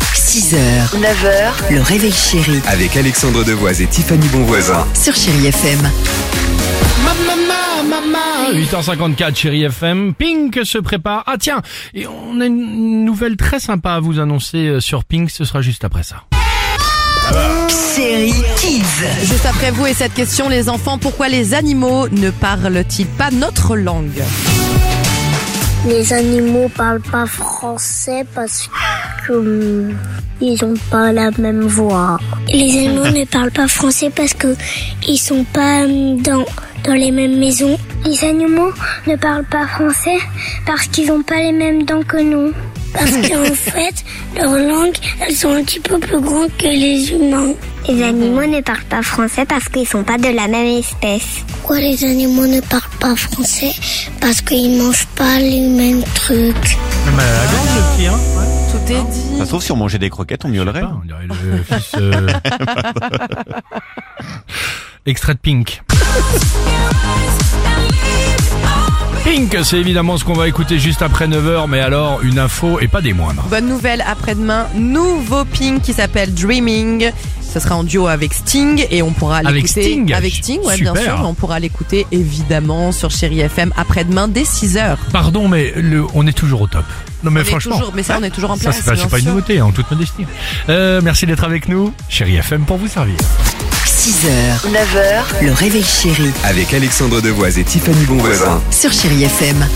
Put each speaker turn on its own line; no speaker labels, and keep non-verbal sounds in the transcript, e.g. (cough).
6h, 9h, le réveil chéri
Avec Alexandre Devoise et Tiffany Bonvoisin.
sur Chéri FM.
8h54, chérie FM. Pink se prépare. Ah tiens, et on a une nouvelle très sympa à vous annoncer euh, sur Pink. Ce sera juste après ça.
Chéri Kids.
Juste après vous et cette question, les enfants, pourquoi les animaux ne parlent-ils pas notre langue
Les animaux parlent pas français parce que hum, ils ont pas la même voix. Les animaux ne parlent pas français parce que ils sont pas hum, dans dans les mêmes maisons. Les animaux ne parlent pas français parce qu'ils ont pas les mêmes dents que nous. Parce (laughs) qu'en fait, leurs langues, elles sont un petit peu plus grandes que les humains. Les animaux ne parlent pas français parce qu'ils sont pas de la même espèce. Pourquoi les animaux ne parlent pas français Parce qu'ils mangent pas les mêmes trucs.
hein.
Tout est dit.
Ça se trouve, si on mangeait des croquettes, on miaulerait.
Ah, on dirait le fils, euh, (laughs) Extrait de Pink. Pink, c'est évidemment ce qu'on va écouter juste après 9h, mais alors une info et pas des moindres.
Bonne nouvelle, après-demain, nouveau ping qui s'appelle Dreaming. Ce sera en duo avec Sting et on pourra
Avec
l'écouter.
Sting
Avec Sting, ouais, bien
Super.
sûr. On pourra l'écouter évidemment sur Chéri FM après-demain dès 6h.
Pardon, mais le, on est toujours au top. Non mais
On est
franchement.
toujours- mais ça, on est toujours en
Ça,
place.
c'est pas, c'est
bien
pas une
sûr.
nouveauté, hein, en toute modestie. Euh, merci d'être avec nous, chérie FM, pour vous servir.
6h, 9h, le réveil chéri
Avec Alexandre Devoise et Tiffany Bonvoisin.
sur Chéri FM.